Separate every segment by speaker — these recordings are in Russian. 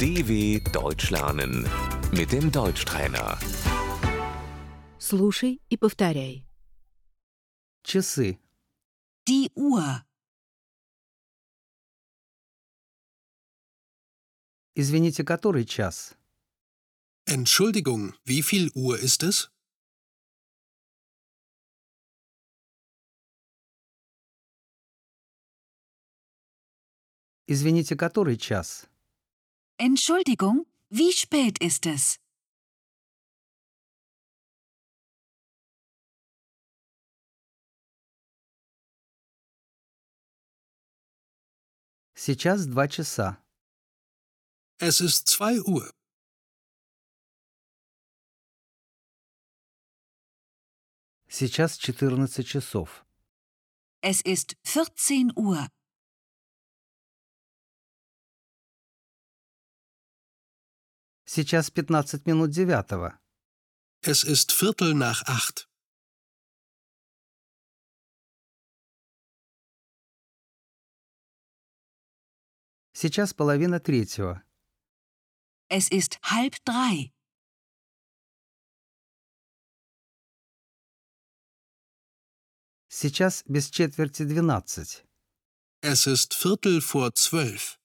Speaker 1: DW Deutsch lernen mit dem Deutschtrainer.
Speaker 2: Слушай и повторяй.
Speaker 3: Часы.
Speaker 4: Die Uhr.
Speaker 3: Извините, который час?
Speaker 5: Entschuldigung, wie viel Uhr ist es?
Speaker 3: Извините, который час?
Speaker 4: Entschuldigung, wie spät ist es?
Speaker 3: Сейчас два часа.
Speaker 5: Es ist zwei Uhr.
Speaker 3: Сейчас 14 часов.
Speaker 4: Es ist 14 Uhr.
Speaker 3: Сейчас 15 минут девятого.
Speaker 5: Es ist Viertel nach acht.
Speaker 3: Сейчас половина третьего.
Speaker 4: Es ist halb drei.
Speaker 3: Сейчас без четверти 12.
Speaker 5: Es ist Viertel vor zwölf.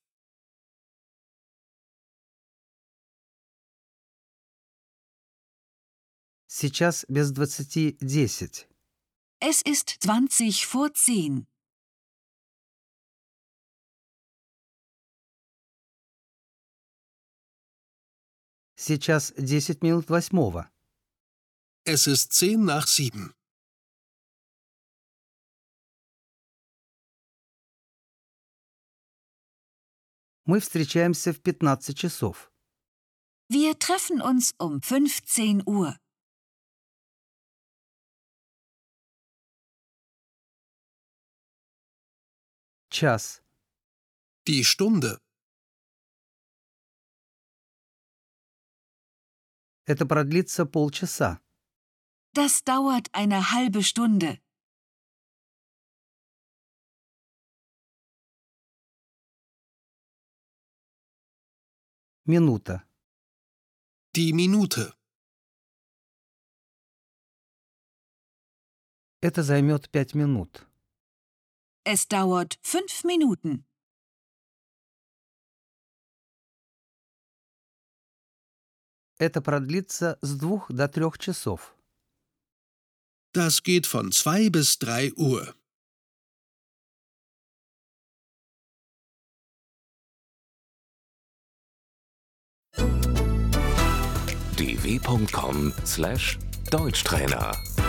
Speaker 3: Сейчас без двадцати 10.
Speaker 4: Es ist 20 vor 10.
Speaker 3: Сейчас 10 минут восьмого.
Speaker 5: Es ist zehn nach sieben.
Speaker 3: Мы встречаемся в 15 часов.
Speaker 4: Wir treffen uns um 15 Uhr.
Speaker 3: Час.
Speaker 5: Die Stunde.
Speaker 3: Это продлится полчаса.
Speaker 4: Das dauert eine halbe Stunde.
Speaker 3: Минута.
Speaker 5: Die Minute.
Speaker 3: Это займет 5 минут.
Speaker 4: Es dauert fünf Minuten.
Speaker 3: Это продлится с двух до трех часов.
Speaker 5: Das geht von zwei bis drei Uhr.
Speaker 1: dw.com/deutschtrainer